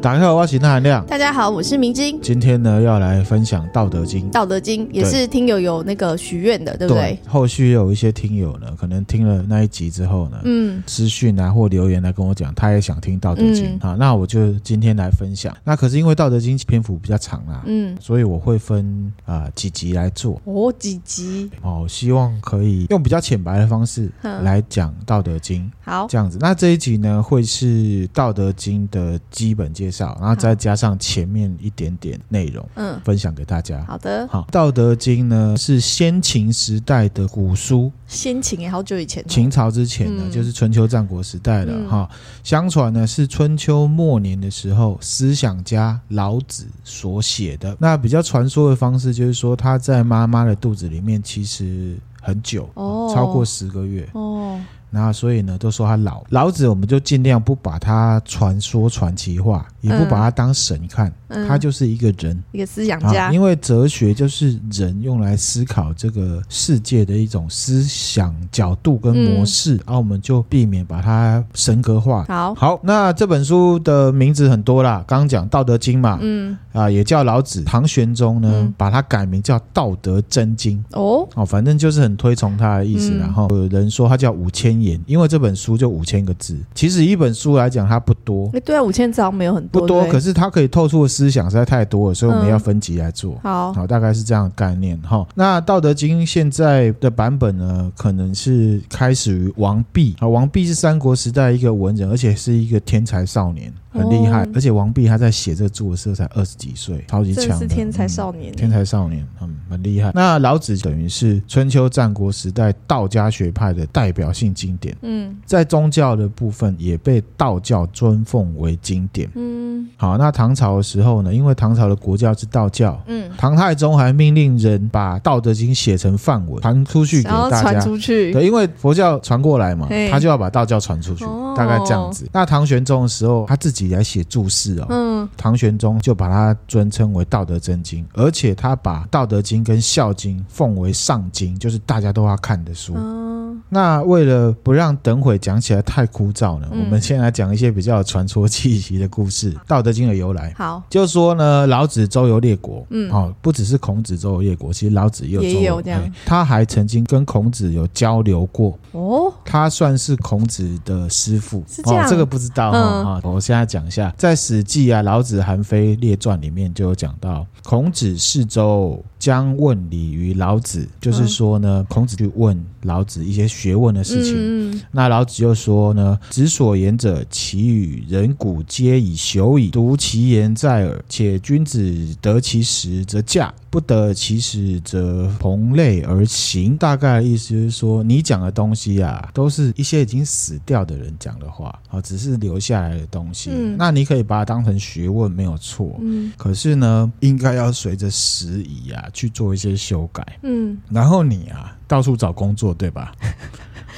打开好，我是韩亮。大家好，我是明晶，《今天呢，要来分享《道德经》道德经》也是听友有那个许愿的，对不对？后续有一些听友呢，可能听了那一集之后呢，嗯，私讯啊或留言来跟我讲，他也想听《道德经嗯》啊、那我就今天来分享。那可是因为《道德经》篇幅比较长啦，嗯，所以我会分啊、几集来做。哦，几集？哦，希望可以用比较浅白的方式嗯来讲《道德经》好，这样子。那这一集呢，会是《道德经》的基本介绍，然后再加上前面一点点内容嗯，分享给大家。好的，好，《道德经》呢是先秦时代的古书，先秦也好久以前哦，秦朝之前呢、嗯就是春秋战国时代了嗯哈、相传呢是春秋末年的时候，思想家老子所写的。那比较传说的方式就是说，他在妈妈的肚子里面其实很久，哦超过十个月。哦，那所以呢，都说他老老子，我们就尽量不把他传说传奇化，也不嗯把他当神看，嗯他就是一个人。一个思想啊，家，因为哲学就是人用来思考这个世界的一种思想角度跟嗯模式，啊，我们就避免把它神格化。好，好，那这本书的名字很多啦，刚刚讲《道德经》嘛，嗯，啊，也叫老子。唐玄宗呢，嗯把它改名叫《道德真经》。哦，哦，反正就是很推崇他的意思啦，嗯然后有人说它叫五千言，因为这本书就五千个字。其实一本书来讲，它不多，哎，对啊，五千字好像没有很不多，多，对可是它可以透出的思想实在太多了，所以我们嗯要分级来做。好，好，大概是这样的概念哈。那《道德经》现在的版本呢，可能是开始于王弼啊，王弼是三国时代一个文人，而且是一个天才少年，很厉害。哦而且王弼他在写这个著的时候才二十几岁，超级真强的的是天才少嗯年，天才少年，嗯，很厉害。那老子等于是春秋战国时代道家学派的代表性经典，嗯在宗教的部分也被道教尊奉为经典。嗯好，那唐朝的时候呢，因为唐朝的国教是道教，嗯，唐太宗还命令人把《道德经》写成范文传出去给然后大传家。出去，对，因为佛教传过来嘛嘿，他就要把道教传出去，哦大概这样子。那唐玄宗的时候，他自己来写注释哦。嗯，唐玄宗就把它尊称为《道德真经》，而且他把《道德经》跟《孝经》奉为上经，就是大家都要看的书。嗯，那为了不让等会讲起来太枯燥呢，嗯我们先来讲一些比较有传说气息的故事，《道德经》的由来。好，就说呢，老子周游列国，嗯哦，不只是孔子周游列国，其实老子也有周游也有这样哎他还曾经跟孔子有交流过，哦，他算是孔子的师傅，是这样哦、这个不知道哈、嗯啊、我现在讲一下，在《史记》啊《老子韩非列传》里面就有讲到，孔子四周将问礼于老子，就是嗯说呢，孔子去问老子一些学问的事情。嗯，嗯那老子就说呢：“子所言者，其语人古皆以朽矣，独其言在耳。且君子得其时则驾，不得其时则同类而行。”大概的意思就是说，你讲的东西啊，都是一些已经死掉的人讲的话啊，只是留下来的东西。嗯那你可以把它当成学问，没有错。嗯可是呢，应该要随着时宜啊去做一些修改。嗯，然后你啊，到处找工作，对吧？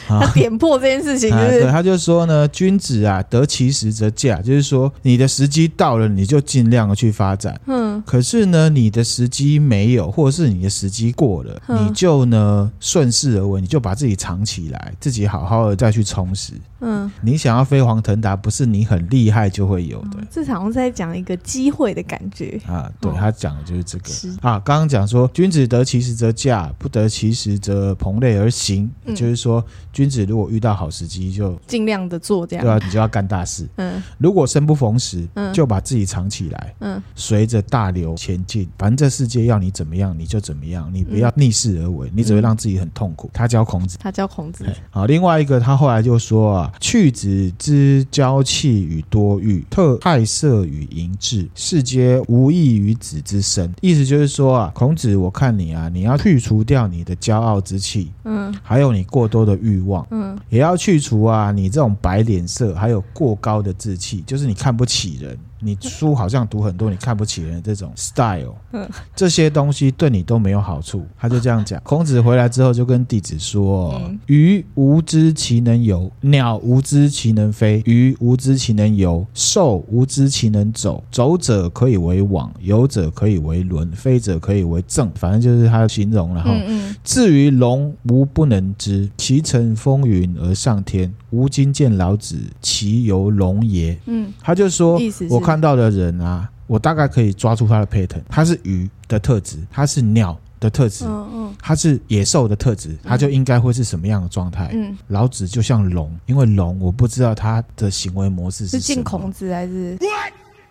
啊他点破这件事情就啊，对，是，他就说呢，君子啊，得其时则驾，就是说你的时机到了，你就尽量的去发展。嗯可是呢，你的时机没有，或者是你的时机过了，嗯你就呢顺势而为，你就把自己藏起来，自己好好的再去充实。嗯，你想要飞黄腾达，不是你很厉害就会有的。这好像是在讲一个机会的感觉，啊，对哦他讲的就是这个是啊。刚刚讲说，君子得其时则驾，不得其时则同类而行，嗯就是说，君子如果遇到好时机就，尽量的做这样，对啊吧、你就要干大事。嗯如果生不逢时，嗯就把自己藏起来，嗯随着大流前进。反正这世界要你怎么样，你就怎么样，你不嗯要逆势而为，你只会让自己很痛苦。他教孔子。他叫孔子，好，另外一个，他后来就说啊，去子之交气与多欲，特害色与淫志，是皆无益于子之身。意思就是说啊，孔子，我看你啊，你要去除掉你的骄傲之气，嗯还有你过多的欲望。嗯也要去除啊，你这种白脸色，还有过高的志气，就是你看不起人，你书好像读很多，你看不起人的这种 style， 嗯这些东西对你都没有好处。他就这样讲。孔子回来之后就跟弟子说嗯：“鱼无知其能游，鸟无知其能飞，鱼无知其能游，兽无知其能走。走者可嗯以为网，游者可以为轮，飞者可以为正。反正就是他的形容了哈。嗯嗯，至于龙，吾不能知，其乘风云而上天。吾今见老子，其游龙也。嗯，他就说意思，是我看到的人啊，我大概可以抓住它的 pattern，它是鱼的特质，它是鸟的特质，嗯它是野兽的特质，它就应该会是什么样的状态。嗯嗯，老子就像龙，因为龙我不知道它的行为模式什是敬么。孔子还是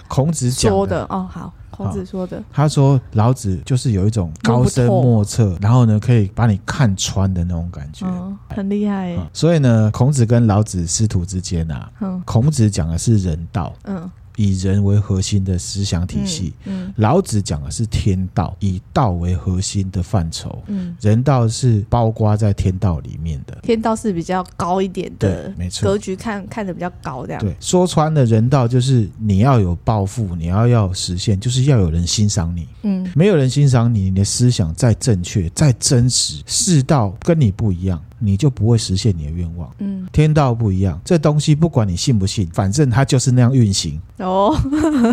孔子讲说的的？哦，好，孔子说的，他说老子就是有一种高深莫测，然后呢可以把你看穿的那种感觉。嗯，很厉害啊耶，所以呢，孔子跟老子师徒之间啊，嗯孔子讲的是人道，嗯，以人为核心的思想体系；嗯，老子讲的是天道，以道为核心的范畴。嗯嗯，人道是包括在天道里面的，天道是比较高一点的对，没错格局看看的比较高这样，对，说穿了，人道就是你要有抱负，你要要实现，就是要有人欣赏你。嗯没有人欣赏你，你的思想再正确、再真实，世道跟你不一样，你就不会实现你的愿望。嗯，天道不一样，这东西不管你信不信，反正它就是那样运行哦，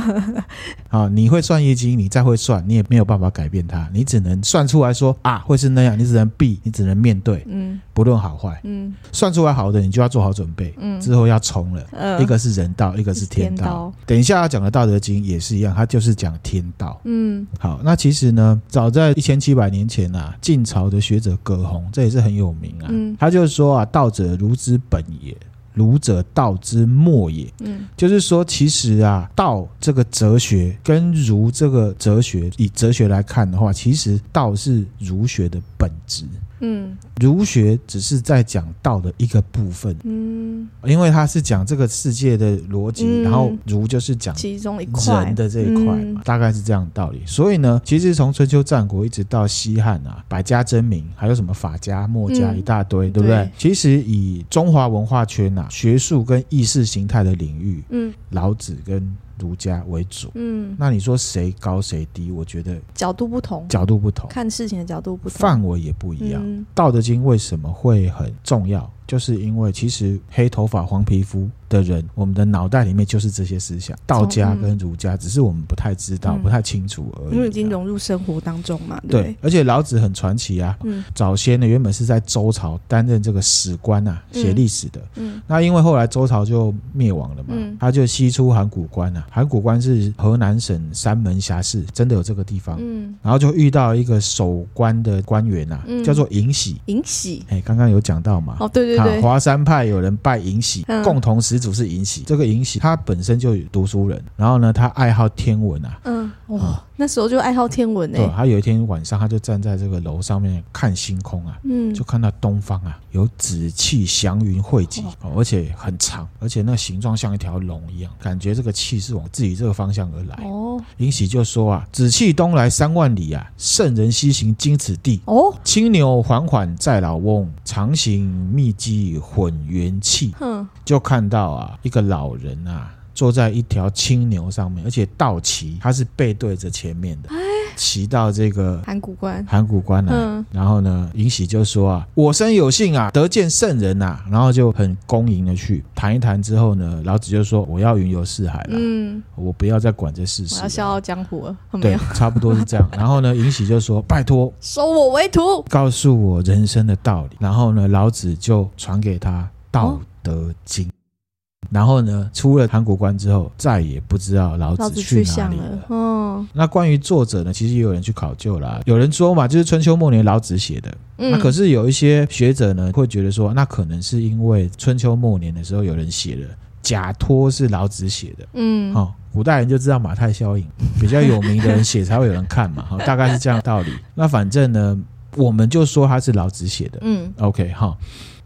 啊！你会算易经，你再会算，你也没有办法改变它，你只能算出来说啊，会是那样，你只能避，你只能面对，嗯不论好坏，嗯算出来好的，你就要做好准备，嗯，之后要冲了。呃一个是人道，一个是天天道道。等一下要讲的《道德经》也是一样，它就是讲天道。嗯好，那其实呢，早在一千七百年前啊，晋朝的学者葛洪，这也是很有名啊。嗯他就说啊，道者儒之本也，儒者道之末也。嗯就是说，其实啊，道这个哲学跟儒这个哲学，以哲学来看的话，其实道是儒学的本质。嗯儒学只是在讲道的一个部分，嗯，因为它是讲这个世界的逻辑，嗯然后儒就是讲其中一块人的这一块嘛，嗯大概是这样的道理。所以呢，其实从春秋战国一直到西汉啊，百家争鸣，还有什么法家、墨家嗯一大堆，对不对对？其实以中华文化圈啊，学术跟意识形态的领域，嗯老子跟儒家为主。嗯，那你说谁高谁低？我觉得角度不同，角度不同，看事情的角度不同，范围也不一样。嗯道德经》为什么会很重要？就是因为其实黑头发、黄皮肤的人，我们的脑袋里面就是这些思想，道家跟儒家，只是我们不太知道、嗯不太清楚而已啊。因为已经融入生活当中嘛，对不对对，而且老子很传奇啊。嗯早先呢，原本是在周朝担任这个史官啊，嗯写历史的。嗯那因为后来周朝就灭亡了嘛，嗯他就西出函谷关啊。函谷关是河南省三门峡市，真的有这个地方。嗯，然后就遇到一个守关的官员啊，嗯叫做尹喜。尹喜，哎，刚刚有讲到嘛，哦，对对啊，对，华山派有人拜尹喜，嗯共同始祖是尹喜。这个尹喜他本身就读书人，然后呢，他爱好天文啊。嗯，哇，那时候就爱好天文对，诶，他有一天晚上，他就站在这个楼上面看星空啊，嗯就看到东方啊有紫气祥云汇集、哦，而且很长，而且那形状像一条龙一样，感觉这个气是往自己这个方向而来。哦尹喜就说啊：“紫气东来三万里啊，圣人西行经此地。哦，青牛缓缓在老翁，长行密集混元气。”哼，就看到啊，一个老人啊，坐在一条青牛上面，而且倒骑，他是背对着前面的，骑到这个函谷关，函谷关来。啊嗯然后呢，尹喜就说啊：“我生有幸啊，得见圣人啊。”然后就很恭迎的去谈一谈之后呢，老子就说：“我要云游四海了，嗯，我不要再管这世我事要笑了。傲江湖了，”有没对有，，差不多是 这样。然后呢，尹喜就说：“拜托，收我为徒，告诉我人生的道理。然后呢，老子就传给他《道德经》然后呢，出了函谷关之后，再也不知道老老子子去去哪向里了了，。嗯那关于作者呢，其实也有人去考究啦。有人说嘛，就是春秋末年老子写的。嗯，那可是有一些学者呢，会觉得说，那可能是因为春秋末年的时候有人写了，假托是老子写的。嗯，哦，古代人就知道马太效应，比较有名的人写才会有人看嘛，好、大概是这样的道理。那反正呢，我们就说他是老子写的嗯，OK 哈、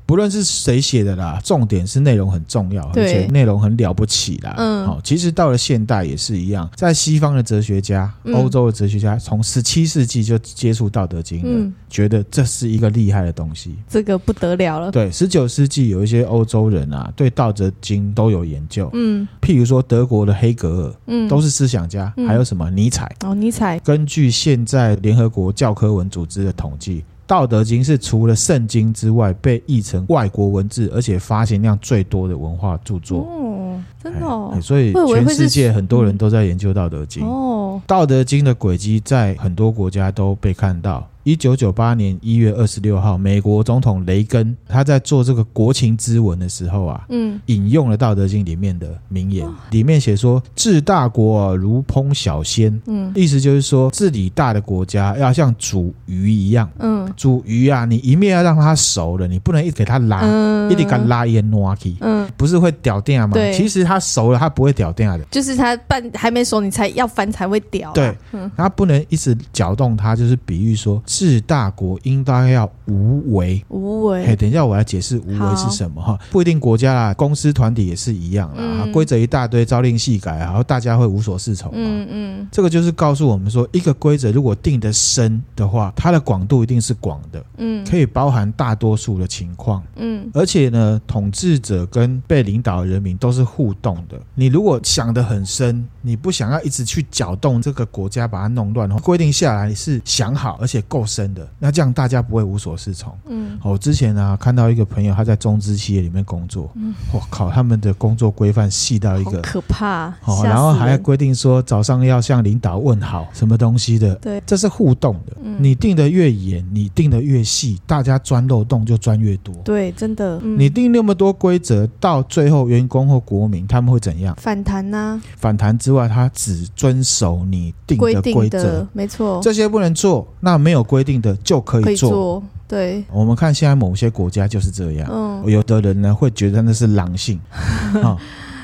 不论是谁写的啦，重点是内容很重要，而对且内容很了不起啦。嗯好、其实到了现代也是一样，在西方的哲学家、嗯欧洲的哲学家，从十七世纪就接触《道德经》了，嗯，觉得这是一个厉害的东西。这个不得了了，对，十九世纪有一些欧洲人啊，对《道德经》都有研究，嗯譬如说德国的黑格尔，嗯，都是思想家，嗯还有什么尼采。哦，尼采，根据现在联合国教科文组织的统计，《道德经》是除了圣经之外被译成外国文字，而且发行量最多的文化著作。哦，真的哦哎哎，所以我以为全会是嗯世界很多人都在研究《道德经》。《哦，道德经》的轨迹在很多国家都被看到，一九九八年一月二十六号，美国总统雷根他在做这个国情咨文的时候啊，嗯，引用了《道德经》里面的名言，里面写说：“治大国啊如烹小鲜”，嗯意思就是说治理大的国家要像煮鱼一样，嗯煮鱼啊，你一面要让它熟了，你不能一直给它拉，嗯，啊一直给它拉烟挪去，嗯，不是会掉电吗？对其实它熟了，它不会掉电的。就是它半还没熟，你才要翻才会掉啊。对嗯它不能一直搅动它，就是比喻说治大国应当要无为。无为嘿，，等一下我来解释无为是什么哈，不一定国家啦，公司团体也是一样啦，嗯规则一大堆，朝令夕改，啊然后大家会无所适从嘛。嗯嗯这个就是告诉我们说，一个规则如果定得深的话，它的广度一定是广的，嗯可以包含大多数的情况。嗯而且呢，统治者跟被领导的人民都是互动的。你如果想得很深，你不想要一直去搅动这个国家，把它弄乱的话，规定下来是想好而且够深的，那这样大家不会无所适从。嗯，哦，我之前啊看到一个朋友他在中资企业里面工作，我、靠，他们的工作规范细到一好个，可怕，哦，吓然后死还人规定说早上要向领导问好什么东西的，对，这是互动的。嗯你定的越严，你定的越细，大家钻漏洞就钻越多。对，真的，嗯你定那么多规则，到最后员工或国民他们会怎样？反弹呐，反弹之外，他只遵守你定规的定规则的，，没错，这些不能做，那没有规定的就可可以以做。哎做，对，我们看现在某些国家就是这样，嗯哦有的人呢会觉得那是狼性，哈、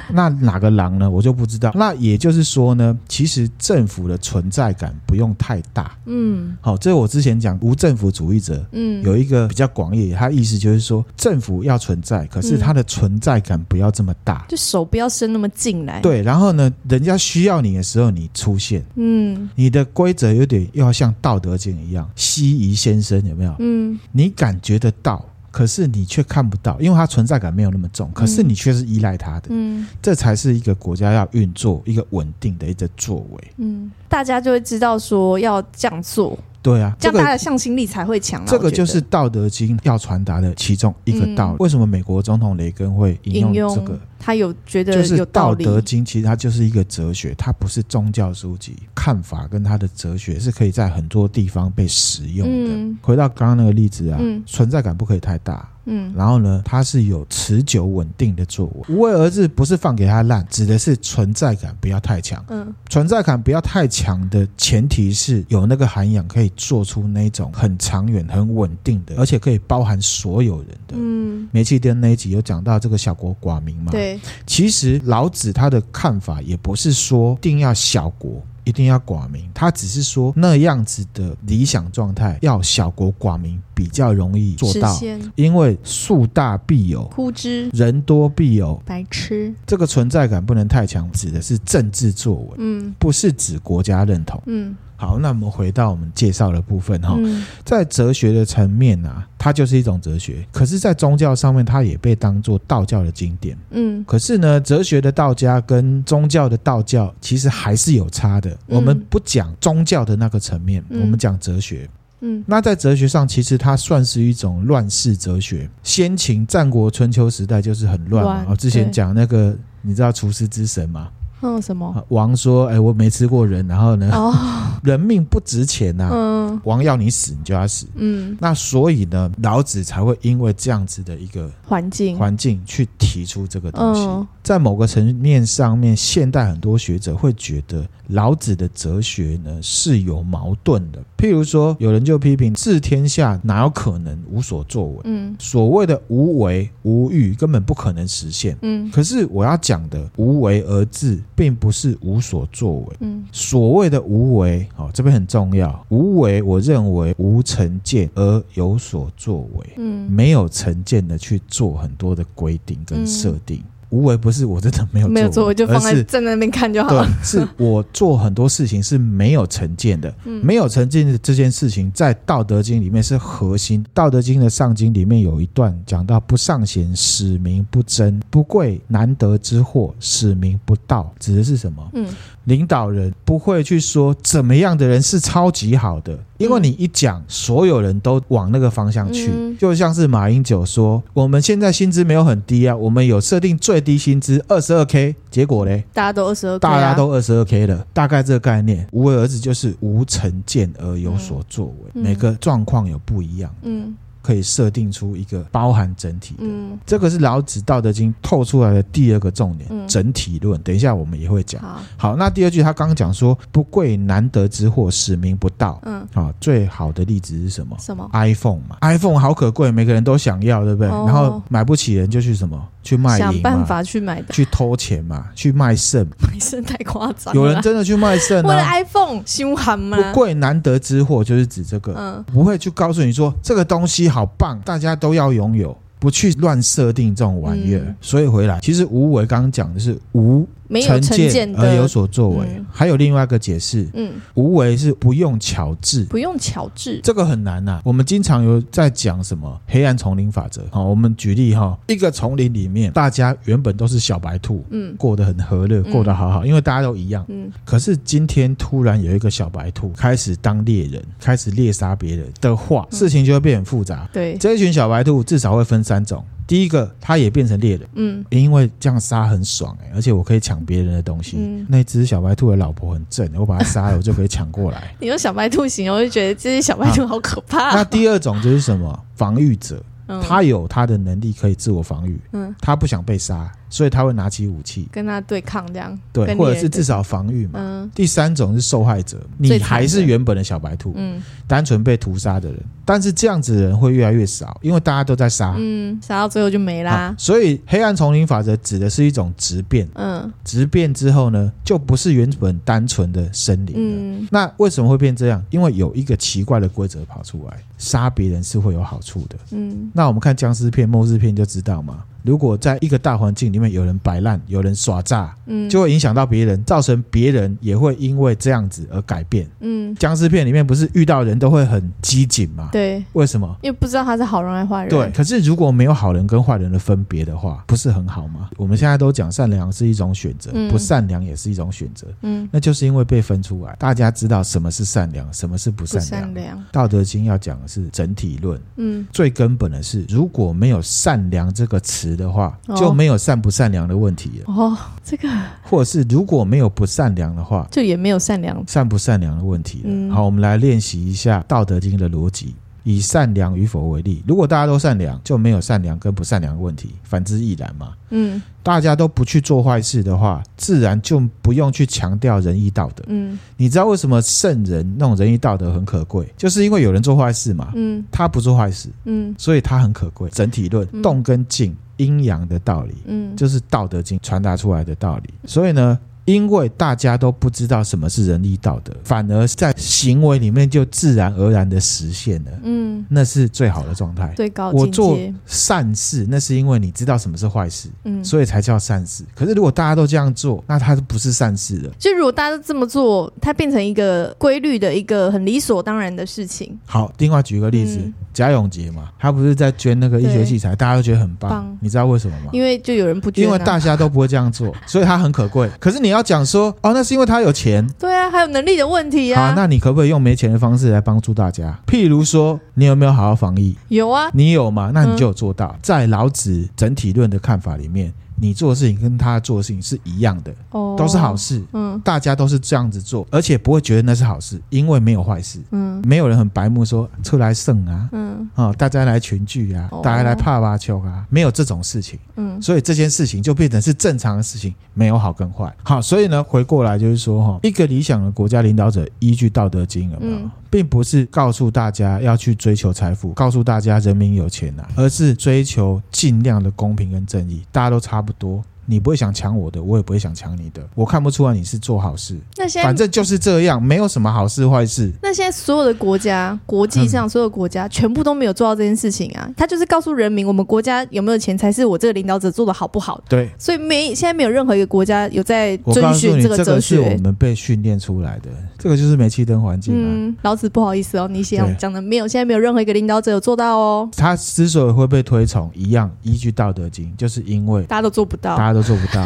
那哪个狼呢？我就不知道。那也就是说呢，其实政府的存在感不用太大。嗯好、这我之前讲无政府主义者，嗯，有一个比较广义，它意思就是说政府要存在，可是它的存在感不要这么大。就手不要伸那么进来，，对，然后呢，人家需要你的时候你出现，嗯你的规则有点要像《道德经》一样，西夷先生有没有？嗯你感觉得到，可是你却看不到，因为它存在感没有那么重，可是你却是依赖它的，嗯这才是一个国家要运作一个稳定的一个作为。嗯，大家就会知道说要这样做，对啊，这这样大家个。的向心力才会强啊。这我个觉就是得《道德经》要传达的其中一个道理。嗯为什么美国总统雷根会引引用这个用？，他有觉得就是《有道道理，德经》，其实它就是一个哲学，它不是宗教书籍。看法跟它的哲学是可以在很多地方被使用的。嗯回到刚刚那个例子啊，嗯存在感不可以太大。嗯然后呢，它是有持久稳定的作为，无为而治不是放给它烂，指的是存在感不要太强。嗯存在感不要太强的前提是有那个涵养，可以做出那种很长远、很稳定的，而且可以包含所有人的。嗯，煤气灯那一集有讲到这个小国寡民嘛？对，其实老子他的看法也不是说一定要小国，一定要寡民，他只是说那样子的理想状态要小国寡民比较容易做实到，现因为树大必有。枯枝人多必有，白痴，这个存在感不能太强，指的是政治作为，嗯不是指国家认同。嗯好，那我们回到我们介绍的部分哈，嗯在哲学的层面啊，它就是一种哲学，可是，在宗教上面，它也被当作道教的经典。嗯可是呢，哲学的道家跟宗教的道教其实还是有差的。我们不讲宗教的那个层面，嗯我们讲哲学。嗯那在哲学上，其实它算是一种乱世哲学。先秦、战国、春秋时代就是很乱嘛。乱我之前对讲那个，你知道厨师之神吗？嗯什么啊王说：“哎，我没吃过人，然后呢，哦人命不值钱呐、嗯王要你死，你就要死。”嗯那所以呢，老子才会因为这样子的一个环境环境去提出这个东西。嗯在某个层面上面，现代很多学者会觉得老子的哲学呢是有矛盾的。譬如说，有人就批评治天下哪有可能无所作为？嗯所谓的无为无欲根本不可能实现。嗯可是我要讲的无为而治，并不是无所作为。嗯所谓的无为，哦，这边很重要。无为，我认为无成见而有所作为。嗯没有成见的去做很多的规定跟设定。无为不是我真的没有嗯没有做做，我为，就放而在是站在那边看就好 了，对，是我做很多事情是没有成见的，嗯没有成见的这件事情在《道德经》里面是核心。《道德经》的上经里面有一段讲到：“不尚贤，使民不争；不贵难得之货，使民不道。”指的是什么？嗯领导人不会去说怎么样的人是超级好的，因为你一讲，所有人都往那个方向去，嗯就像是马英九说，我们现在薪资没有很低啊，我们有设定最低薪资二十二 k，结果嘞，大家都二十二，啊大家都二十二 k 了，大概这个概念，无为而治就是无成见而有所作为，嗯每个状况有不一样，嗯可以设定出一个包含整体的。嗯，这个是老子《道德经》透出来的第二个重点，嗯整体论。等一下我们也会讲。好，好，那第二句他刚刚讲说“不贵难得之货，使民不道”。嗯，啊，最好的例子是什么什么？ ？iPhone 嘛，iPhone 好可贵，每个人都想要，对不对？哦然后买不起人就去什么？去卖想淫办嘛，法去买的，去偷钱嘛，去卖 肾。买是太夸张了。有人真的去卖肾为了啊！ iPhone 凶寒吗？不贵难得之货就是指这个，嗯不会去告诉你说这个东西好棒，大家都要拥有。不去乱设定这种玩意儿，嗯所以回来，其实无为刚刚讲的是无没有成见而的呃有，所作为，嗯还有另外一个解释，嗯，无为是不用巧智，不用巧智，这个很难呐、我们经常有在讲什么黑暗丛林法则。好，我们举例哈，一个丛林里面，大家原本都是小白兔，嗯过得很和乐，嗯过得好好，因为大家都一样。嗯可是今天突然有一个小白兔开始当猎人，开始猎杀别人的话，嗯事情就会变很复杂。对，这一群小白兔至少会分三种：第一个，它也变成猎人。嗯因为这样杀很爽哎、而且我可以抢别人的东西。嗯那只小白兔的老婆很正，我把它杀了，我就可以抢过来。你用小白兔型，我就觉得这些小白兔好可 怕。那第二种就是什么？防御者，嗯他有他的能力可以自我防御，嗯他不想被杀，所以他会拿起武器，跟他对抗这样，对，跟或者猎是人至少防御嘛。嗯第三种是受害者，你最惨的还是原本的小白兔，嗯单纯被屠杀的人，但是这样子的人会越来越少，因为大家都在杀。嗯，杀到最后就没啊啦。所以黑暗丛林法则指的是一种质变，嗯质变之后呢，就不是原本单纯的森林了。嗯那为什么会变这样？因为有一个奇怪的规则跑出来，杀别人是会有好处的。嗯那我们看僵尸片、末日片就知道嘛。如果在一个大环境里面有人摆烂、有人耍诈，嗯，就会影响到别人，造成别人也会因为这样子而改变。嗯僵尸片里面不是遇到人都会很机警吗？对，为什么？因为不知道他是好人还是坏人。对，，可是如果没有好人跟坏人的分别的话，不是很好吗？我们现在都讲善良是一种选择，嗯不善良也是一种选择，嗯，那就是因为被分出来，大家知道什么是善良，什么是不不善良。善良。道德经要讲的是整体论，嗯最根本的是，如果没有“善良”这个词的话，哦就没有善不善良的问题了；哦，这个或者是如果没有不善良的话，就也没有善良。善不善良的问题了。嗯好，我们来练习一下《道德经》的逻辑。以善良与否为例，如果大家都善良，就没有善良跟不善良的问题；反之亦然嘛。嗯大家都不去做坏事的话，自然就不用去强调仁义道德。嗯你知道为什么圣人那种仁义道德很可贵，就是因为有人做坏事嘛，嗯他不做坏事，嗯所以它很可贵。整体论，嗯动跟静，阴阳的道理，嗯，就是《道德经》传达出来的道理。所以呢，因为大家都不知道什么是仁义道德，反而在行为里面就自然而然的实现了，嗯那是最好的状态。最高我境做界。善事，那是因为你知道什么是坏事，嗯，所以才叫善事。可是如果大家都这样做，那它就不是善事了。就如果大家都这么做，它变成一个规律的一个很理所当然的事情。好，另外举一个例子嗯，贾永杰嘛，他不是在捐那个医学对器材，大家都觉得很棒棒，你知道为什么吗？因为就有人不捐、因啊，为大家都不会这样 做，所以它很可贵。可是你要讲说，哦，那是因为他有钱。对啊，还有能力的问题好、啊，那你可不可以用没钱的方式来帮助大家？譬如说，你有没有好好防疫？有啊，你有吗？那你就有做到。嗯在老子整体论的看法里面，你做的事情跟他做的事情是一样的，哦，都是好，事，嗯大家都是这样子做，而且不会觉得那是好事，因为没有坏事，嗯没有人很白目说出来胜啊。嗯啊、大家来群聚啊，哦大家来帕巴球啊，没有这种事情。嗯所以这件事情就变成是正常的事情，没有好跟坏。嗯好，所以呢，回过来就是说哈，一个理想的国家领导者依据《道德经》有没有嗯并不是告诉大家要去追求财富，告诉大家人民有钱啊，而是追求尽量的公平跟正义，大家都差不多。你不会想抢我的，我也不会想抢你的。我看不出来你是做好事，那现反在正就是这样，没有什么好事坏事。那现在所有的国家，国际嗯上所有国家、全部都没有做到这件事情啊，他就是告诉人民，我们国家有没有钱才是我这个领导者做的好不好。对，所以没现在没有任何一个国家有在我遵告诉循你，个这哲个是我学。们被训练出来的，这个就是煤气灯环境啊。嗯，老子不好意思哦，你想对讲的没有，现在没有任何一个领导者有做到哦，他之所以会被推崇，一样依据《道德经》，就是因为大家都做不大家到。都做 不到，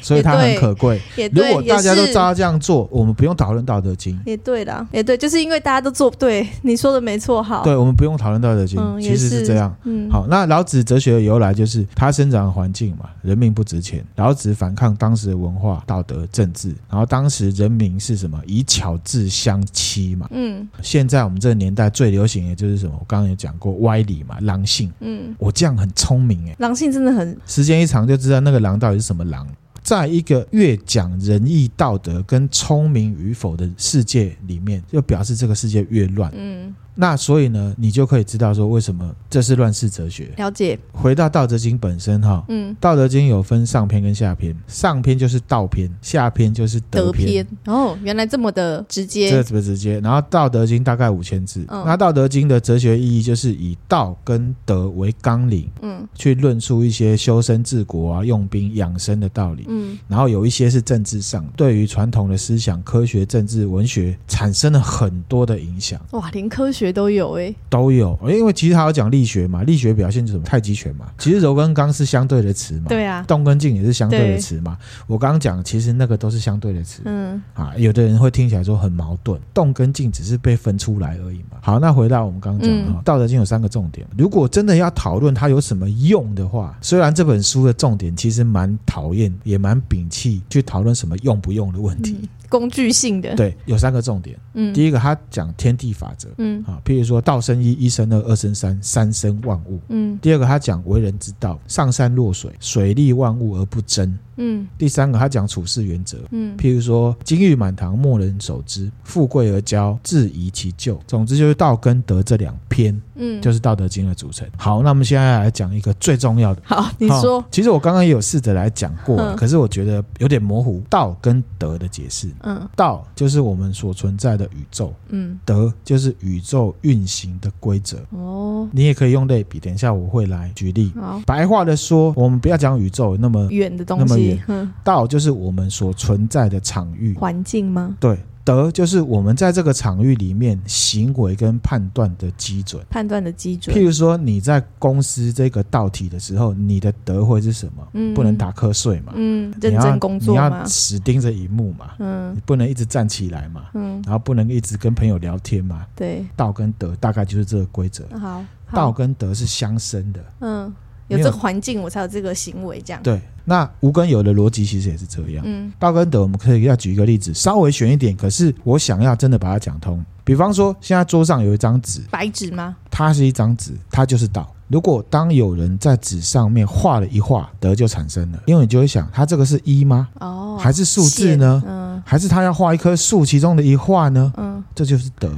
所以它很可贵。也如对，果大家也都是照这样做，我们不用讨论《道德经》，也对啦，也对，就是因为大家都做不对，你说的没错，好，对，我们不用讨论《道德经》嗯，其也实是这样。，嗯，好，那老子哲学的由来就是他生长的环境嘛，人民不值钱。老子反抗当时的文化、道德、政治，然后当时人民是什么？以巧智相欺嘛。嗯现在我们这个年代最流行的就是什么？我刚刚也讲过歪理嘛，狼性。嗯，我这样很聪明欸诶，狼性真的很，时间一长就知道那个狼到底是什么狼。在一个越讲仁义道德跟聪明与否的世界里面，就表示这个世界越乱。嗯，那所以呢，你就可以知道说为什么这是乱世哲学。了解，回到《道德经》本身哈，嗯，《道德经》有分上篇跟下篇，上篇就是道篇，下篇就是德德篇篇。，哦，原来这么的这直接，怎么直接？然后《道德经》大概五千字。嗯那《道德经》的哲学意义就是以道跟德为纲领，嗯去论述一些修身治国啊、用兵养生的道理。嗯然后有一些是政治上对于传统的思想、科学、政治、文学产生了很多的影响，哇，连科学都有哎、都有。因为其实还有讲力学嘛，力学表现就是什么太极拳嘛。其实柔跟刚是相对的词嘛，对啊，动跟静也是相对的对词嘛。我刚刚讲，其实那个都是相对的词、嗯啊。有的人会听起来说很矛盾，动跟静只是被分出来而已嘛。好，那回到我们刚刚讲的嗯哈，道德经》有三个重点。如果真的要讨论它有什么用的话，虽然这本书的重点其实蛮讨厌，也蛮摒弃去讨论什么用不用的问题。嗯，工具性的，对，有三个重点。嗯，第一个，他讲天地法则嗯啊，譬如说道生一，一生二，二生三，三生万物。嗯第二个，他讲为人之道，上善若水，水利万物而不争。嗯第三个，他讲处事原则，嗯譬如说“金玉满堂，莫人守之；富贵而骄，自遗其咎”。总之就是道跟德这两篇，嗯，就是是《道德经》的组成。好，那我们现在来讲一个最重要的。好，你好说，其实我刚刚也有试着来讲过了，嗯可是我觉得有点模糊。道跟德的解释，嗯道就是我们所存在的宇宙，嗯，德就是宇宙运行的规则。哦，你也可以用类比，等一下我会来举例。好，白话的说，我们不要讲宇宙，那么远的东嗯那么西远，嗯，道就是我们所存在的场域，环境吗？对，德就是我们在这个场域里面行为跟判断的基准。判断的基准譬，如说，你在公司这个道体的时候，你的德会是什么？嗯不能打瞌睡嘛，嗯，你认要真工作你嘛要，死盯着荧幕嘛，嗯你不能一直站起来嘛，嗯，然后不能一直跟朋友聊天嘛。对，道跟德大概就是这个规则，好，嗯好道跟德是相生的。嗯，没有有这个环境，我才有这个行为，这样。对，那无跟有的逻辑其实也是这样。嗯道跟德，我们可以要举一个例子，稍微悬一点，可是我想要真的把它讲通。比方说，现在桌上有一张纸，白纸吗？它是一张纸，它就是道。如果当有人在纸上面画了一画，德就产生了，因为你就会想，它这个是一吗？哦，还是数字呢？嗯还是他要画一棵树其中的一画呢？嗯这就是德。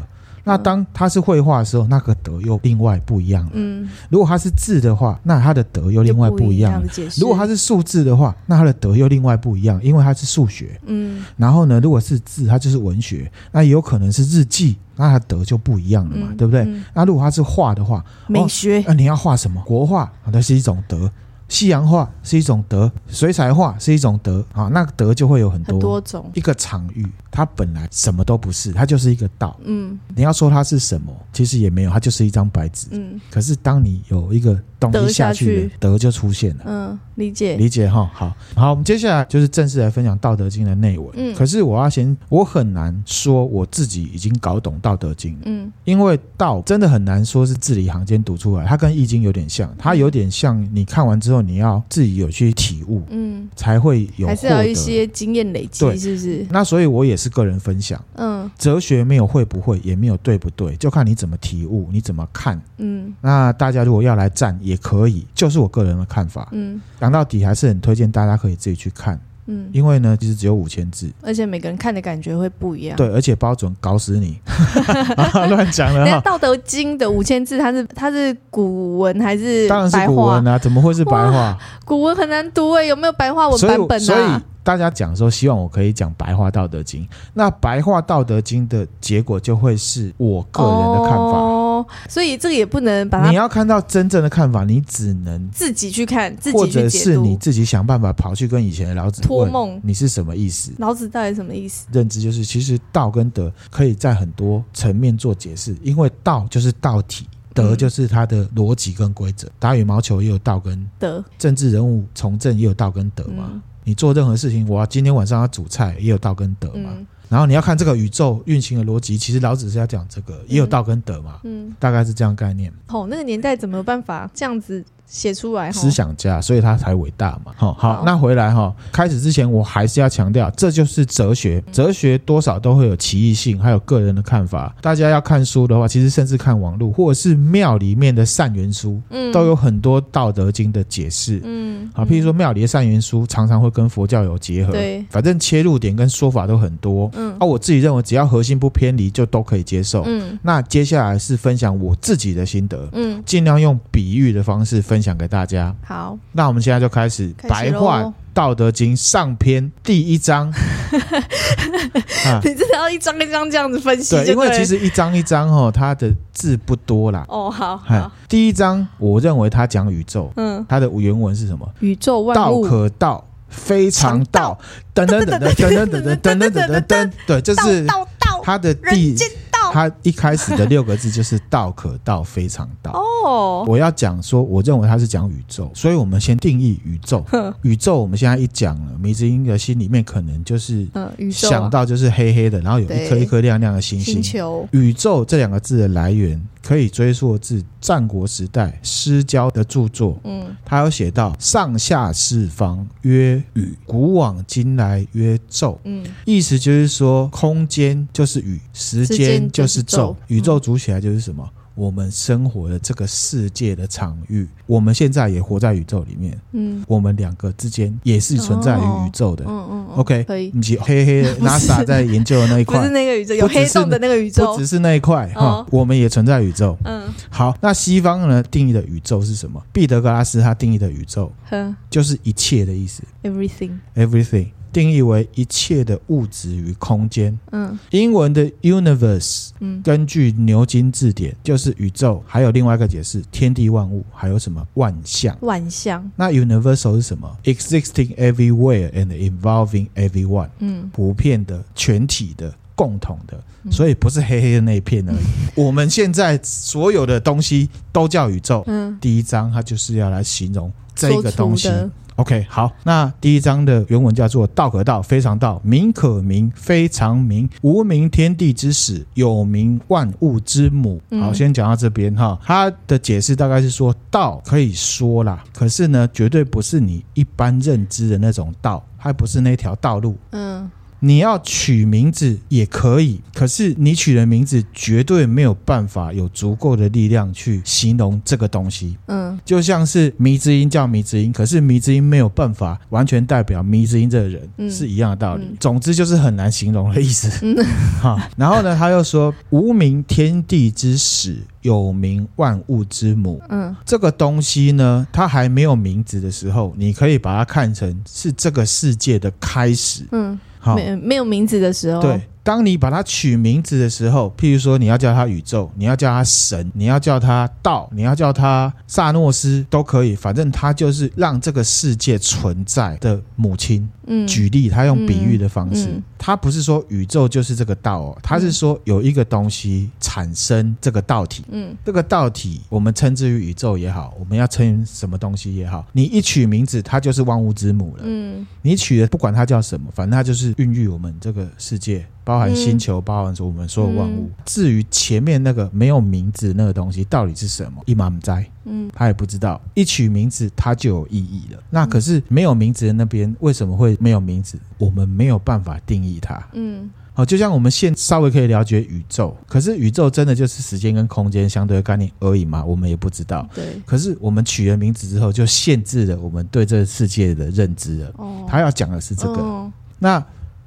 那当它是绘画的时候，那个德又另外不一样了。嗯，如果它是字的话，那它的德又就另外不不一样了的。解释。如果它是数字的话，那它的德又另外不一样，因为它是数学。嗯然后呢，如果是字，它就是文学，那也有可能是日记，那它德就不一样了嘛，嗯对不对？嗯那如果它是画的话，哎美学那、你要画什么？国画啊，那是一种德；西洋画是一种德；水彩画是一种德啊，那德就会有很多。很多种。一个场域，它本来什么都不是，它就是一个道。嗯你要说它是什么，其实也没有，它就是一张白纸。嗯可是当你有一个东德西下下去了去，德就出现了。嗯，理解。理解哈，好好，我们接下来就是正式来分享《道德经》的内文。嗯可是我要先，我很难说我自己已经搞懂《道德经》了，嗯因为道真的很难说是字里行间读出来，它跟《易经》有点像，嗯它有点像你看完之后你要自己有去体悟，嗯，才会有还获是要得。一些经验累积对，是不是？那所以我也是个人分享，嗯哲学没有会不会，也没有对不对，就看你怎么体悟，你怎么看。嗯那大家如果要来站也可以，就是我个人的看法。嗯讲到底还是很推荐大家可以自己去看。嗯，因为呢，其实只有五千字，而且每个人看的感觉会不一样。。对，而且包准搞死你， 啊乱讲了那《哈。道德经》的五千字，它是它是古文还是当然是白古话？文啊，怎么会是白话？古文很难读哎，有没有白话文所以版我，本所以啊？大家讲说，希望我可以讲白话《道德经》。那白话《道德经》的结果就会是我个人的看法。哦，所以这个也不能把它你要看到真正的看法，你只能自己去看，自或己者去解是你读。自己想办法跑去跟以前的老子托问梦你是什么意思。老子到底什么意思？认知就是，其实道跟德可以在很多层面做解释，因为道就是道体，德嗯就是它的逻辑跟规则，打羽毛球也有道跟的，政治人物从政也有道跟德嘛。嗯你做任何事情，我要今天晚上要煮菜，也有道跟德嘛。嗯然后你要看这个宇宙运行的逻辑，其实老子是要讲这个，也有道跟德嘛，嗯，大概是这样概念。哦，那个年代怎么有办法这样子写出来？思想家，所以他才伟大嘛。好、好，哎好那回来哈、开始之前我还是要强调，这就是哲学，嗯哲学多少都会有歧义性，还有个人的看法。大家要看书的话，其实甚至看网络或者是庙里面的善缘书，嗯都有很多《道德经》的解释。嗯，好，譬如说庙里的善缘书常常会跟佛教有结合，对反正切入点跟说法都很多。嗯啊，我自己认为只要核心不偏离，就都可以接受。嗯那接下来是分享我自己的心得，嗯，尽量用比喻的方式分享给大家。好， 那我们现在就开始开白始话《咯道德经》上篇第一 章。啊，你真的要一张一张这样子分析就对，对了，因为其实一章一章哦，它的字不多啦。哦，好哎好，，第一章我认为它讲宇宙，嗯，它的原文是什么？宇宙万道物可道，非常常道。噔噔噔噔噔噔噔噔噔噔噔噔，对，这是道道道它的第人间道它一开始的六个字就是“道可道，非常道”。哦，我要讲说，我认为它是讲宇宙，所以我们先定义宇宙。宇宙我们现在一讲了，迷之音的心里面可能就是嗯，宇宙啊想到就是黑黑的，然后有一对颗一颗亮亮的星星星。球，宇宙这两个字的来源可以追溯至战国时代失交的著作，嗯他有写到：“上下四方曰宇，古往今来曰宙。”嗯意思就是说，空间就是宇，时时间间就就是是宙宙，宇宙组起来就是什么？我们生活的这个世界的场域，我们现在也活在宇宙里面，嗯我们两个之间也是存在于宇宙的嗯。嗯嗯 OK，可以。以及黑 黑的 NASA 在研究的那一不是块，那个宇宙，不有只是黑洞的那个宇不宙只。是那一块哈哦，我们也存在宇宙。嗯好，那西方呢定义的宇宙是什么？毕德格拉斯他定义的宇宙哼就是一切的意思，everything。 ，everything，定义为一切的物质与空间。嗯英文的 universe 嗯根据牛津字典就是宇宙，还有另外一个解释，天地万物，还有什么万象。万象。那 universal 是什么？existing everywhere and involving everyone，嗯普遍的、全体的、共同的，嗯所以不是黑黑的那一片而已。我们现在所有的东西都叫宇宙。嗯，第一章它就是要来形容这一说个出东西。的 OK，好，那第一章的原文叫做“道可道，非常道；名可名，非常名。无名，天地之始；有名，万物之母。”嗯好，先讲到这边哈。它的解释大概是说，道可以说啦，可是呢，绝对不是你一般认知的那种道，还不是那条道路。嗯你要取名字也可以，可是你取的名字绝对没有办法有足够的力量去形容这个东西。嗯就像是迷之音叫迷之音，可是迷之音没有办法完全代表迷之音这个人，嗯是一样的道理。嗯总之就是很难形容的意思。嗯 哈、然后呢，他又说：“无名天地之始，有名万物之母。”嗯这个东西呢，它还没有名字的时候，你可以把它看成是这个世界的开始。嗯，好、没没有名字的时候，对，，当你把它取名字的时候，譬如说你要叫它宇宙，你要叫它神，你要叫它道，你要叫它萨诺斯都可以，反正它就是让这个世界存在的母亲。嗯，举例，它用比喻的方式，嗯嗯它不是说宇宙就是这个道哦，它是说有一个东西产生这个道体。嗯这个道体，我们称之于宇宙也好，我们要称什么东西也好，你一取名字，它就是万物之母了。嗯你取的不管它叫什么，反正它就是孕育我们这个世界，包含星球，包含我们所有万物。至于前面那个没有名字那个东西到底是什么，一马不在，嗯他也不知道。一取名字，它就有意义了。那可是没有名字的那边为什么会没有名字？我们没有办法定义它。嗯好，就像我们现稍微可以了解宇宙，可是宇宙真的就是时间跟空间相对的概念而已嘛？我们也不知道。对，可是我们取了名字之后，就限制了我们对这个世界的认知了。哦，他要讲的是这个。哦那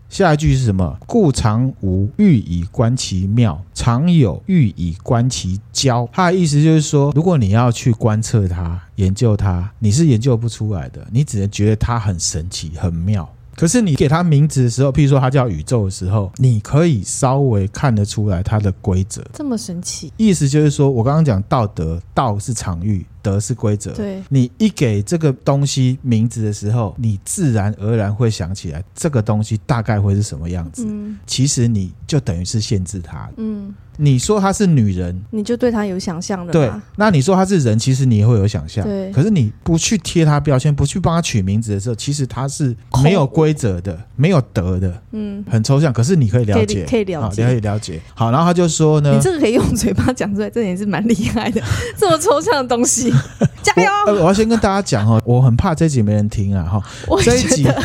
下一句是什么？故常无欲以观其妙，常有欲以观其徼。他的意思就是说，如果你要去观测它、研究它，你是研究不出来的，你只能觉得它很神奇、很妙。可是你给它名字的时候，譬如说它叫宇宙的时候，你可以稍微看得出来它的规则。这么神奇，意思就是说，我刚刚讲道德，道是常域，德是规则。对，你一给这个东西名字的时候，你自然而然会想起来这个东西大概会是什么样子。嗯其实你就等于是限制它。嗯，你说她是女人，你就对他有想象了对嘛，那你说她是人，其实你也会有想象。对可是你不去贴她标签，不去帮她取名字的时候，其实她是没有规则的，没有德的，嗯，很抽象。可是你可以了可以解，可以了解好可以了解。好，然后他就说呢，你这个可以用嘴巴讲出来，这点是蛮厉害的， 这么抽象的 东西，加我油！呃我要先跟大家讲哦，我很怕这集没人听啊哈。我这一觉集得，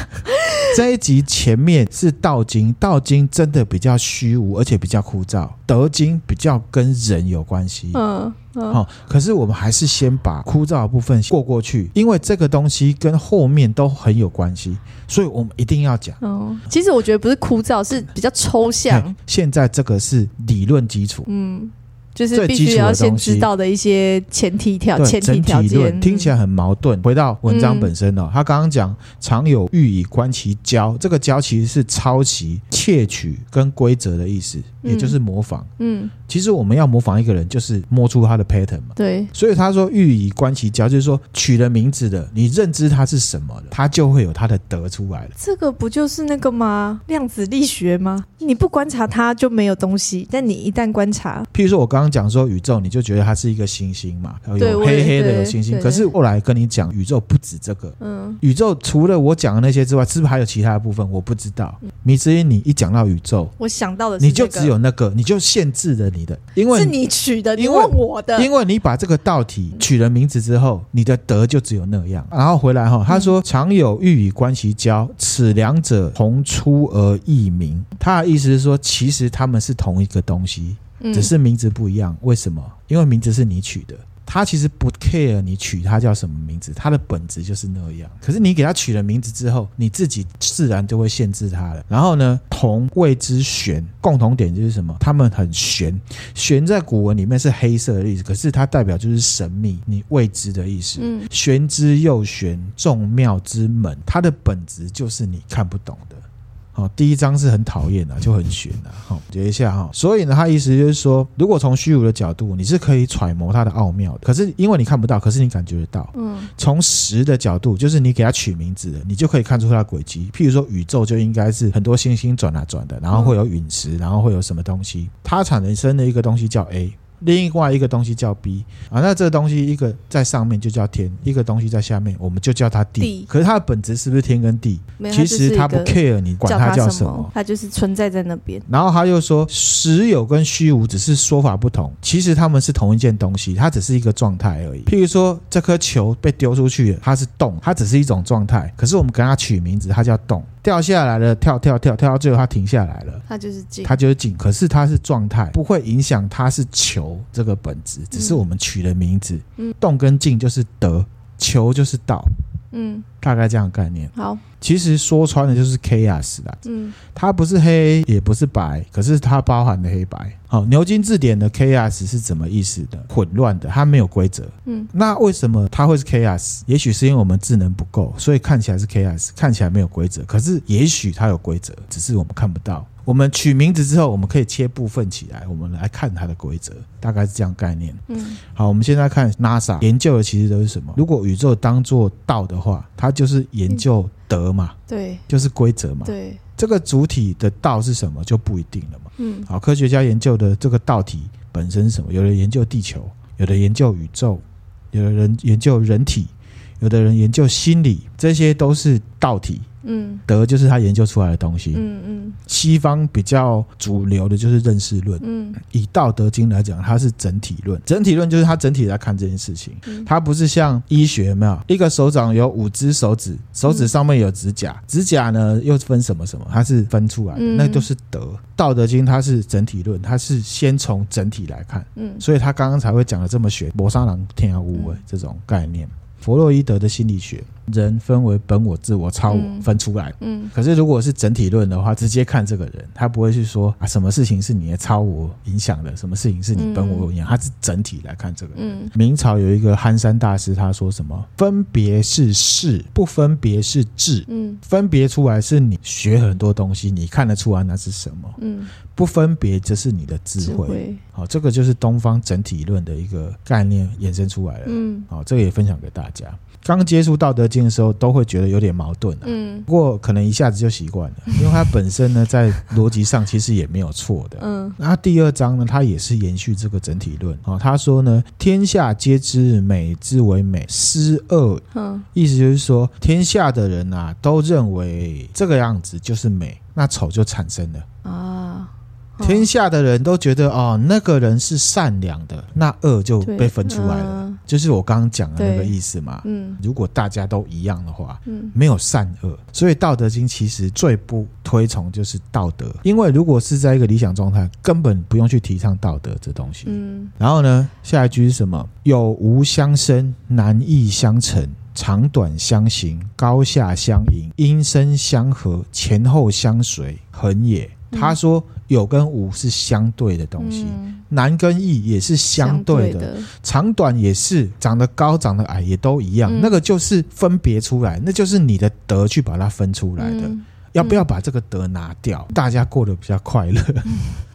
这一集前面是道经，道经真的比较虚无，而且比较枯燥。德经比较跟人有关系。嗯嗯，哦，可是我们还是先把枯燥的部分过过去，因为这个东西跟后面都很有关系，所以我们一定要讲。哦，其实我觉得不是枯燥，是比较抽嘿象，现在这个是理论基础，嗯，就是最必基须础的要先东西知道的一些前提条对前提整条体件论，听起来很矛盾。回到文章嗯本身哦，他刚刚讲“常有欲以观其交”，这个“交”其实是抄袭、窃取跟规则的意思，也就是模仿。嗯，嗯其实我们要模仿一个人，就是摸出他的 pattern 嘛。对，所以他说“欲以观其交”，就是说取了名字的，你认知它是什么的，它就会有它的德出来了。这个不就是那个吗？量子力学吗？你不观察它就没有东西，但你一旦观察，譬如说，我刚刚讲说宇宙，你就觉得它是一个星星嘛，对有我也黑黑的对有星星。对可是后来跟你讲，宇宙不止这个，嗯，宇宙除了我讲的那些之外，是不是还有其他的部分？我不知道。迷之音，你一讲到宇宙，嗯我想到的是、你就这个只有那个，你就限制了你的，因为是你取的，你因为问我的，因为你把这个道体取了名字之后，你的德就只有那样。然后回来嗯哈、他说：“常有欲与观其交，此两者同出而异名。”他的意思是说，其实他们是同一个东西，嗯只是名字不一样。为什么？因为名字是你取的。他其实不 care 你取他叫什么名字，他的本质就是那样。可是你给他取了名字之后，你自己自然就会限制他了。然后呢，同谓之玄，共同点就是什么？他们很玄。玄在古文里面是黑色的意思，可是它代表就是神秘、你未知的意思。嗯玄之又玄，众妙之门，它的本质就是你看不懂的。好、第一章是很讨厌的、就很玄的、好、解一下哈、所以呢，他意思就是说，如果从虚无的角度，你是可以揣摩它的奥妙的。可是因为你看不到，可是你感觉得到。嗯从实的角度，就是你给它取名字的，你就可以看出它的轨迹。譬如说，宇宙就应该是很多星星转啊转的，然后会有陨石，然后会有什么东西，它产生的一个东西叫 A。另外一个东西叫 B 啊，那这个东西一个在上面就叫天，一个东西在下面，我们就叫它地。地可是它的本质是不是天跟地？没有其实它它不就是一个 care 你管它它叫什什么。它就是存在在那边。然后他又说，实有跟虚无只是说法不同，其实他们是同一件东西，它只是一个状态而已。譬如说，这颗球被丢出去了，它是动，它只是一种状态，可是我们给它取名字，它叫动。掉下来了，跳跳跳跳到最后它停下来了。它就是静，它就是静，可是它是状态，不会影响它是球这个本质，只是我们取了名字。嗯动跟静就是德，球就是道，嗯，大概这样的概念。好，其其实说穿了就是 chaos 啦，嗯它不是黑也不是白，可是它包含了黑白。好，牛津字典的 chaos 是怎么意思的？混乱的，它没有规则。嗯那为什么它会是 chaos？也许是因为我们智能不够，所以看起来是 chaos，看起来没有规则。可是也许它有规则，只是我们看不到。我们取名字之后，我们可以切部分起来，我们来看它的规则，大概是这样概念。嗯好，我们现在看 NASA 研究的其实都是什么？如果宇宙当做道的话，它就是研究德嘛，对就是规则嘛。对，这个主体的道是什么就不一定了嘛。嗯好，科学家研究的这个道体本身是什么？有的研究地球，有的研究宇宙，有的人研究人体，有的人研究心理，这些都是道体。嗯德就是他研究出来的东西。嗯嗯西方比较主流的就是认识论，嗯以《道德经》来讲，它是整体论。整体论就是它整体来看这件事情，嗯它不是像医学有没有一个手掌有五只手指，手嗯指上面有指甲，指甲呢又分什么什么，它是分出来的，嗯那就是德。《道德经》它是整体论，它是先从整体来看，嗯所以他刚刚才会讲的这么玄，摩沙狼天涯无为嗯这种概念。弗洛伊德的心理学，人分为本我、自我、超我嗯分出来。嗯，可是如果是整体论的话，直接看这个人，他不会去说啊什么事情是你的超我影响的，什么事情是你本我影响，他是整体来看这个人。嗯明朝有一个憨山大师，他说什么？分别是事，不分别是智。嗯分别出来是你学很多东西，你看得出来那是什么；嗯，不分别，这是你的智智慧。慧，好、这个就是东方整体论的一个概念衍生出来了。嗯好、这个也分享给大家。刚接触《道德经》的时候，都会觉得有点矛盾、啊，嗯不过可能一下子就习 惯了，因为它本身呢，在逻辑上其实也没有错的。嗯那第二章呢，它也是延续这个整体论哦。他说呢，天下皆知美之为美，斯恶。嗯意思就是说，天下的人啊，都认为这个样子就是美，那丑就产生了。啊，哦天下的人都觉得哦，那个人是善良的，那恶就对被分出来了，，嗯就是我刚刚讲的那个对意思嘛。嗯如果大家都一样的话，嗯没有善恶，所以《道德经》其实最不推崇就是道德，因为如果是在一个理想状态，根本不用去提倡道德这东西。嗯然后呢，下一句是什么？有无相生，难易相成，长短相形，高下相迎，音声相和，前后相随，恒也。嗯他说有跟无是相对的东西，嗯难跟易也是相对的，的，长短也是，长得高长得矮也都一样，嗯那个就是分别出来，那就是你的德去把它分出来的。嗯要不要把这个德拿掉？大家过得比较快 乐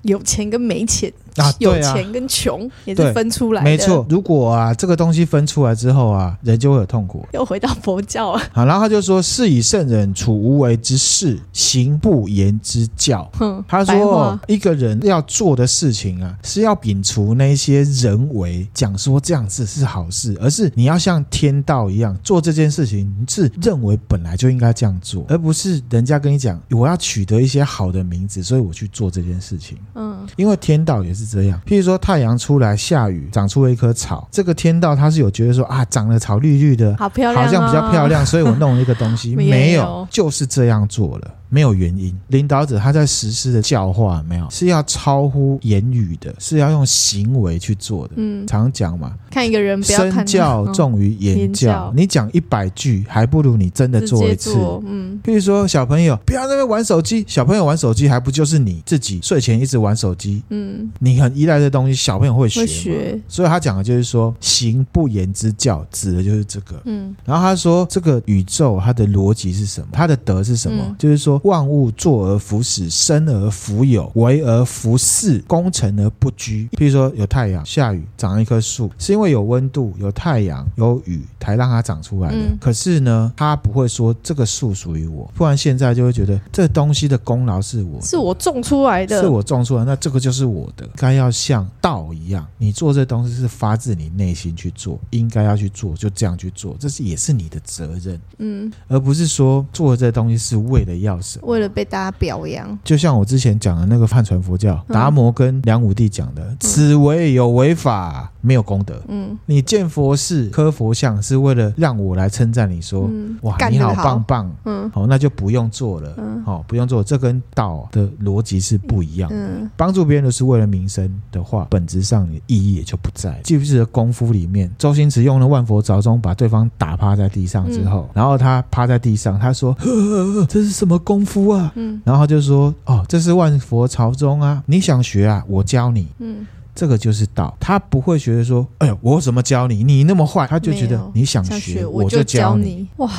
有钱跟没钱，啊？有对啊，钱跟穷也对是分出来的，没错。，如果啊这个东西分出来之后啊，人就会有痛苦。又回到佛教啊，好，然后他就说：“是以圣人处无为之事，行不言之教。”哼，他白说话，一个人要做的事情啊，是要摒除那些人为讲说这样子是好事，而是你要像天道一样做这件事情，你是认为本来就应该这样做，而不是人家跟你讲我要取得一些好的名字，所以我去做这件事情。嗯因为天道也是这样，譬如说太阳出来下雨，长出了一棵草，这个天道他是有觉得说啊，长了草绿绿的，好漂亮、好啊，像比较漂。亮，所以我弄了一个东西， 没有没有，就是这样做了，没有原因。领导者他在实施的教化没有是要超乎言语的，是要用行为去做的。嗯，常讲嘛，看一个人不要看身教他，嗯重于言言教教。你讲一百句，还不如你真的嗯、直做一接次。做，嗯譬如说，小朋友不要在那边玩手机，小朋友玩手机还不就是你自己睡前一直玩手机？嗯，你很依赖这东西，小朋友会学会吗。学，所以他讲的就是说，行不言之教，指的就是这个。嗯然后他说，这个宇宙它的逻辑是什么？它的德是什么？嗯就是说，万物作而弗始，生而弗有，为而弗恃，功成而不居。譬如说，有太阳、下雨，长了一棵树，是因为有温度、有太阳、有雨才让它长出来的。嗯可是呢，他不会说这个树属于我，不然现在就会觉得这东西的功劳是我的是我种出来的，是我种出来，那这个就是我的，该要像道一样，你做这东西是发自你内心去做，应该要去做，就这样去做，这是也是你的责任，嗯，而不是说做这东西是为了要什么。为了被大家表扬，就像我之前讲的那个汉传佛教嗯达摩跟梁武帝讲的，此为有为法，没有功德。嗯你建佛寺、刻佛像是为了让我来称赞你说，嗯，哇，干你得好好棒，棒，嗯好，那就不用做了，嗯好，不用做，这跟道的逻辑是不一样的。嗯帮助别人的是为了民生的话，本质上你的意义也就不在。记不记得功夫里面，周星驰用了万佛朝宗把对方打趴在地上之嗯后，然后他趴在地上，他说：“呵呵呵这是什么功夫啊？”嗯然后他就说：“哦，这是万佛朝宗啊，你想学啊，我教你。”嗯，这个就是道，他不会觉得说：“哎呦，我怎么教你？你那么坏。”他就觉没得有你想想学，学我就教你。你，哇，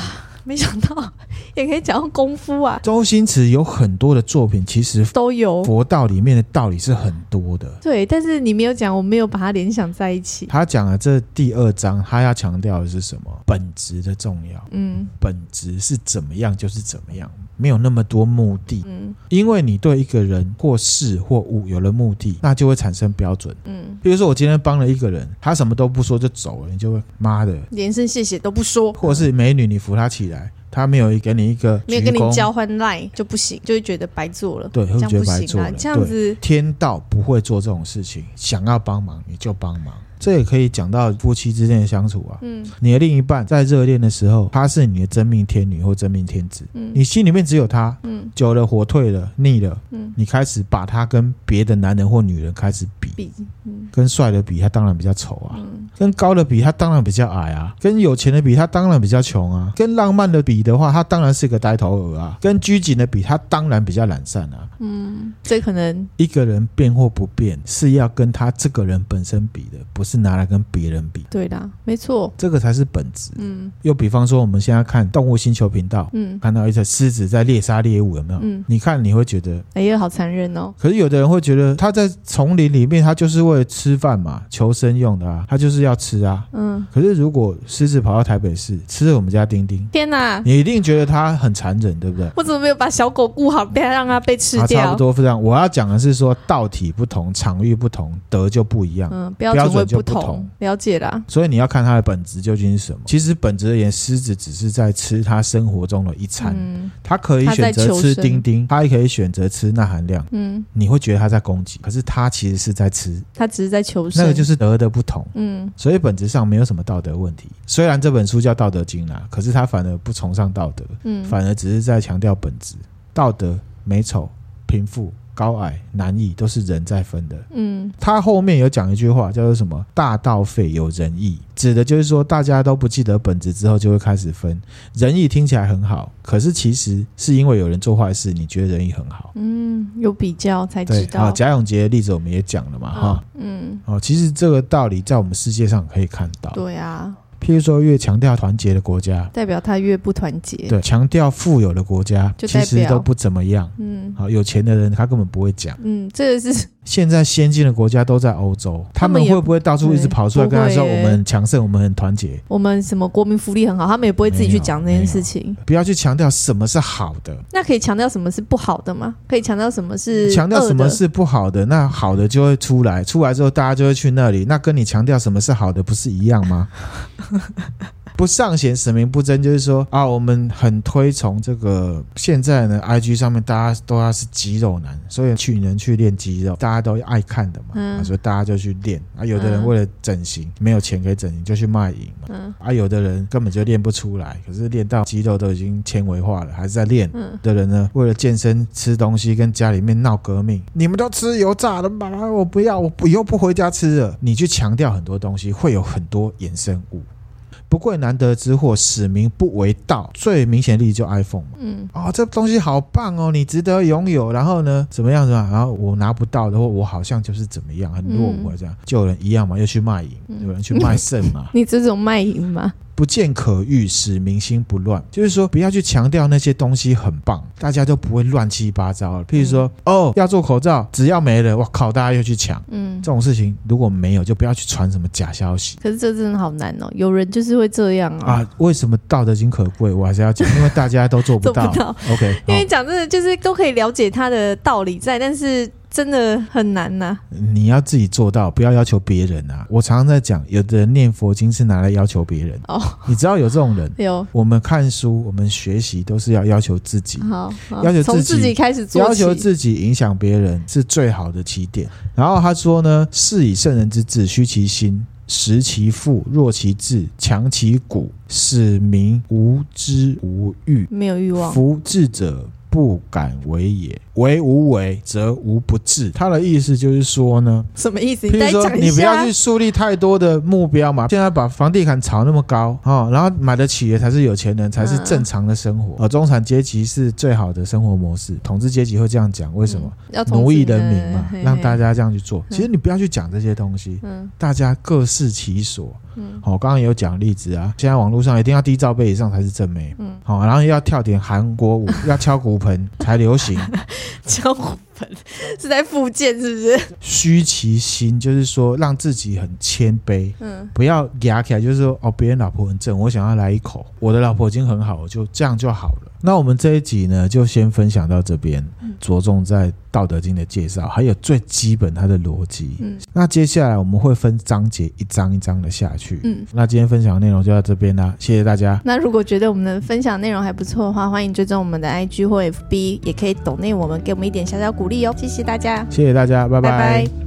没想到也可以讲到功夫 啊，周星驰有很多的作品，其实都有。佛道里面的道理是很多的。对，但是你没有讲，我没有把它联想在一起。他讲了这第二章，他要强调的是什么？本质的重要，嗯本质是怎么样就是怎么样，没有那么多目的。嗯因为你对一个人或事或物有了目的，那就会产生标准。嗯，比如说，我今天帮了一个人，他什么都不说就走了，你就会妈的，连声谢谢都不说，或者是美女，你扶她起来，她没有给你一个没有跟鞠躬你交换 line 就不行，就会觉得白做了，对，这会样觉不得白做行了啊，。这样对子，天道不会做这种事情，想要帮忙你就帮忙，这也可以讲到夫妻之间的相处啊。嗯你的另一半在热恋的时候，他是你的真命天女或真命天子，嗯你心里面只有他。嗯久了，火退了，腻了，嗯，你开始把他跟别的男人或女人开始比，比嗯跟帅的比，他当然比较丑啊。嗯跟高的比，他当然比较矮啊；跟有钱的比，他当然比较穷啊；跟浪漫的比的话，他当然是个呆头鹅啊；跟拘谨的比，他当然比较懒散啊。嗯这可能一个人变或不变，是要跟他这个人本身比的，不是拿来跟别人比，对啦，没错。这个才是本质。嗯又比方说，我们现在看动物星球频道，嗯，看到一只狮子在猎杀猎物，有没有？嗯你看你会觉得哎呀，好残忍哦。可是有的人会觉得，他在丛林里面，他就是为了吃饭嘛，求生用的啊，他就是要吃啊。嗯，可是如果狮子跑到台北市吃了我们家丁丁，天哪，你一定觉得它很残忍，对不对？我怎么没有把小狗顾好，不要让它被吃啊，差掉不？多非常。我要讲的是说，道体不同，场域不同，德就不一样。嗯，不要标成为准就不同，同了解啦。所以你要看它的本质究竟是什么。其实本质而言，狮子只是在吃它生活中的一餐，嗯它可以它在选择求吃生丁丁，它也可以选择吃钠含量。嗯，你会觉得它在攻击，可是它其实是在吃，它只是在求生。那个就是德的不同。嗯，所以本质上没有什么道德问题。虽然这本书叫《道德经》啦，可是它反而不崇尚道德，嗯反而只是在强调本质。道德、美丑、贫富、高矮、难易，都是人在分的。嗯它后面有讲一句话，叫做什么“大道废有仁义”，指的就是说大家都不记得本质之后，就会开始分仁义。听起来很好，可是其实是因为有人做坏事，你觉得仁义很好。嗯，有比较才对知，好，道。贾永杰的例子我们也讲了嘛，哈、嗯，哦，其实这个道理在我们世界上可以看到。对啊，譬如说，越强调团结的国家，代表它越不团结。，对强调富有的国家，就其代表实都不怎么样。嗯好，有钱的人他根本不会讲。嗯，这个是现在先进的国家都在欧洲，他他们们也会不会到处一直对跑出来不跟他会说耶我们很强盛，我们很团结？我们什么国民福利很好，他们也不会自己没去有讲这件事情。不要去强调什么是好的，那可以强调什么是不好的吗？可以强调什么是强调恶什么的是不好的，那好的就会出来，出来之后大家就会去那里，那跟你强调什么是好的不是一样 吗？不尚贤，使民不争，就是说啊，我们很推崇这个。现在呢，IG 上面大家都要是肌肉男，所以去人去练肌肉，大家都爱看的嘛，嗯啊所以大家就去练啊。有的人嗯为了整形，没有钱可以整形，就去卖淫嘛。嗯啊，有的人根本就练不出来，可是练到肌肉都已经纤维化了，还是在练。嗯的人呢，为了健身吃东西，跟家里面闹革命。你们都吃油炸的，妈妈我不要，我不以后不回家吃了。你去强调很多东西，会有很多衍生物。不贵难得之货，使民不为盗。最明显的例子就 iPhone 嘛。嗯哦，这东西好棒哦，你值得拥有。然后呢，怎么样怎么样？然后我拿不到的话，我好像就是怎么样，很落伍啊，这样、就有人一样嘛，又去卖淫，有人去卖肾嘛。你这种卖淫吗？不见可欲，使民心不乱。就是说，不要去强调那些东西很棒，大家都不会乱七八糟了。譬如说，哦，要做口罩，只要没了，我靠，大家又去抢。嗯这，种事情如果没有，就不要去传什么假消息。可是这真的好难哦，有人就是会这样哦。啊，为什么《道德经》可贵？我还是要讲，因为大家都做不到。 做不到 OK，因为好，讲真的，就是都可以了解他的道理在，但是真的很难呐、你要自己做到，不要要求别人啊。我常常在讲，有的人念佛经是拿来要求别人，哦，你知道有这种人。有我们看书，我们学习都是要要求自己。好，好要求自己从自己开始做起，要求自己影响别人是最好的起点。然后他说呢：“是以圣人之治，虚其心，实其腹，弱其志，强其骨，使民无知无欲。没有欲望。夫智者不敢为也，为无为则无不治。”他的意思就是说呢，什么意思？譬再如说讲一你不要下去。树立太多的目标嘛，现在把房地产炒那么高哦，然后买得起的才是有钱人，才是正常的生嗯活。而哦中产阶级是最好的生活模式，统治阶级会这样讲，为什么？嗯要奴役人民嘛，让大家家这样去做。嗯其实你不要去讲这些东西，嗯 大家各适其所。嗯好、刚刚也有讲例子啊，现在网络上一定要低罩杯以上才是正妹。嗯，好、然后要跳点韩国舞，要敲骨盆才流行。江湖本是在复健是不是？虚其心，就是说让自己很谦卑，嗯不要压起来，就是说哦，别人老婆很正，我想要来一口，我的老婆已经很好，我就这样就好了。那我们这一集呢，就先分享到这边，嗯着重在《道德经》的介绍，还有最基本它的逻辑。嗯那接下来我们会分章节一章一章的下去。嗯。那今天分享的内容就到这边啦，谢谢大家。那如果觉得我们的分享内容还不错的话，欢迎追踪我们的 IG 或 FB，也可以抖内我们，给我们一点小小鼓励哦，谢谢大家，谢谢大家，拜拜拜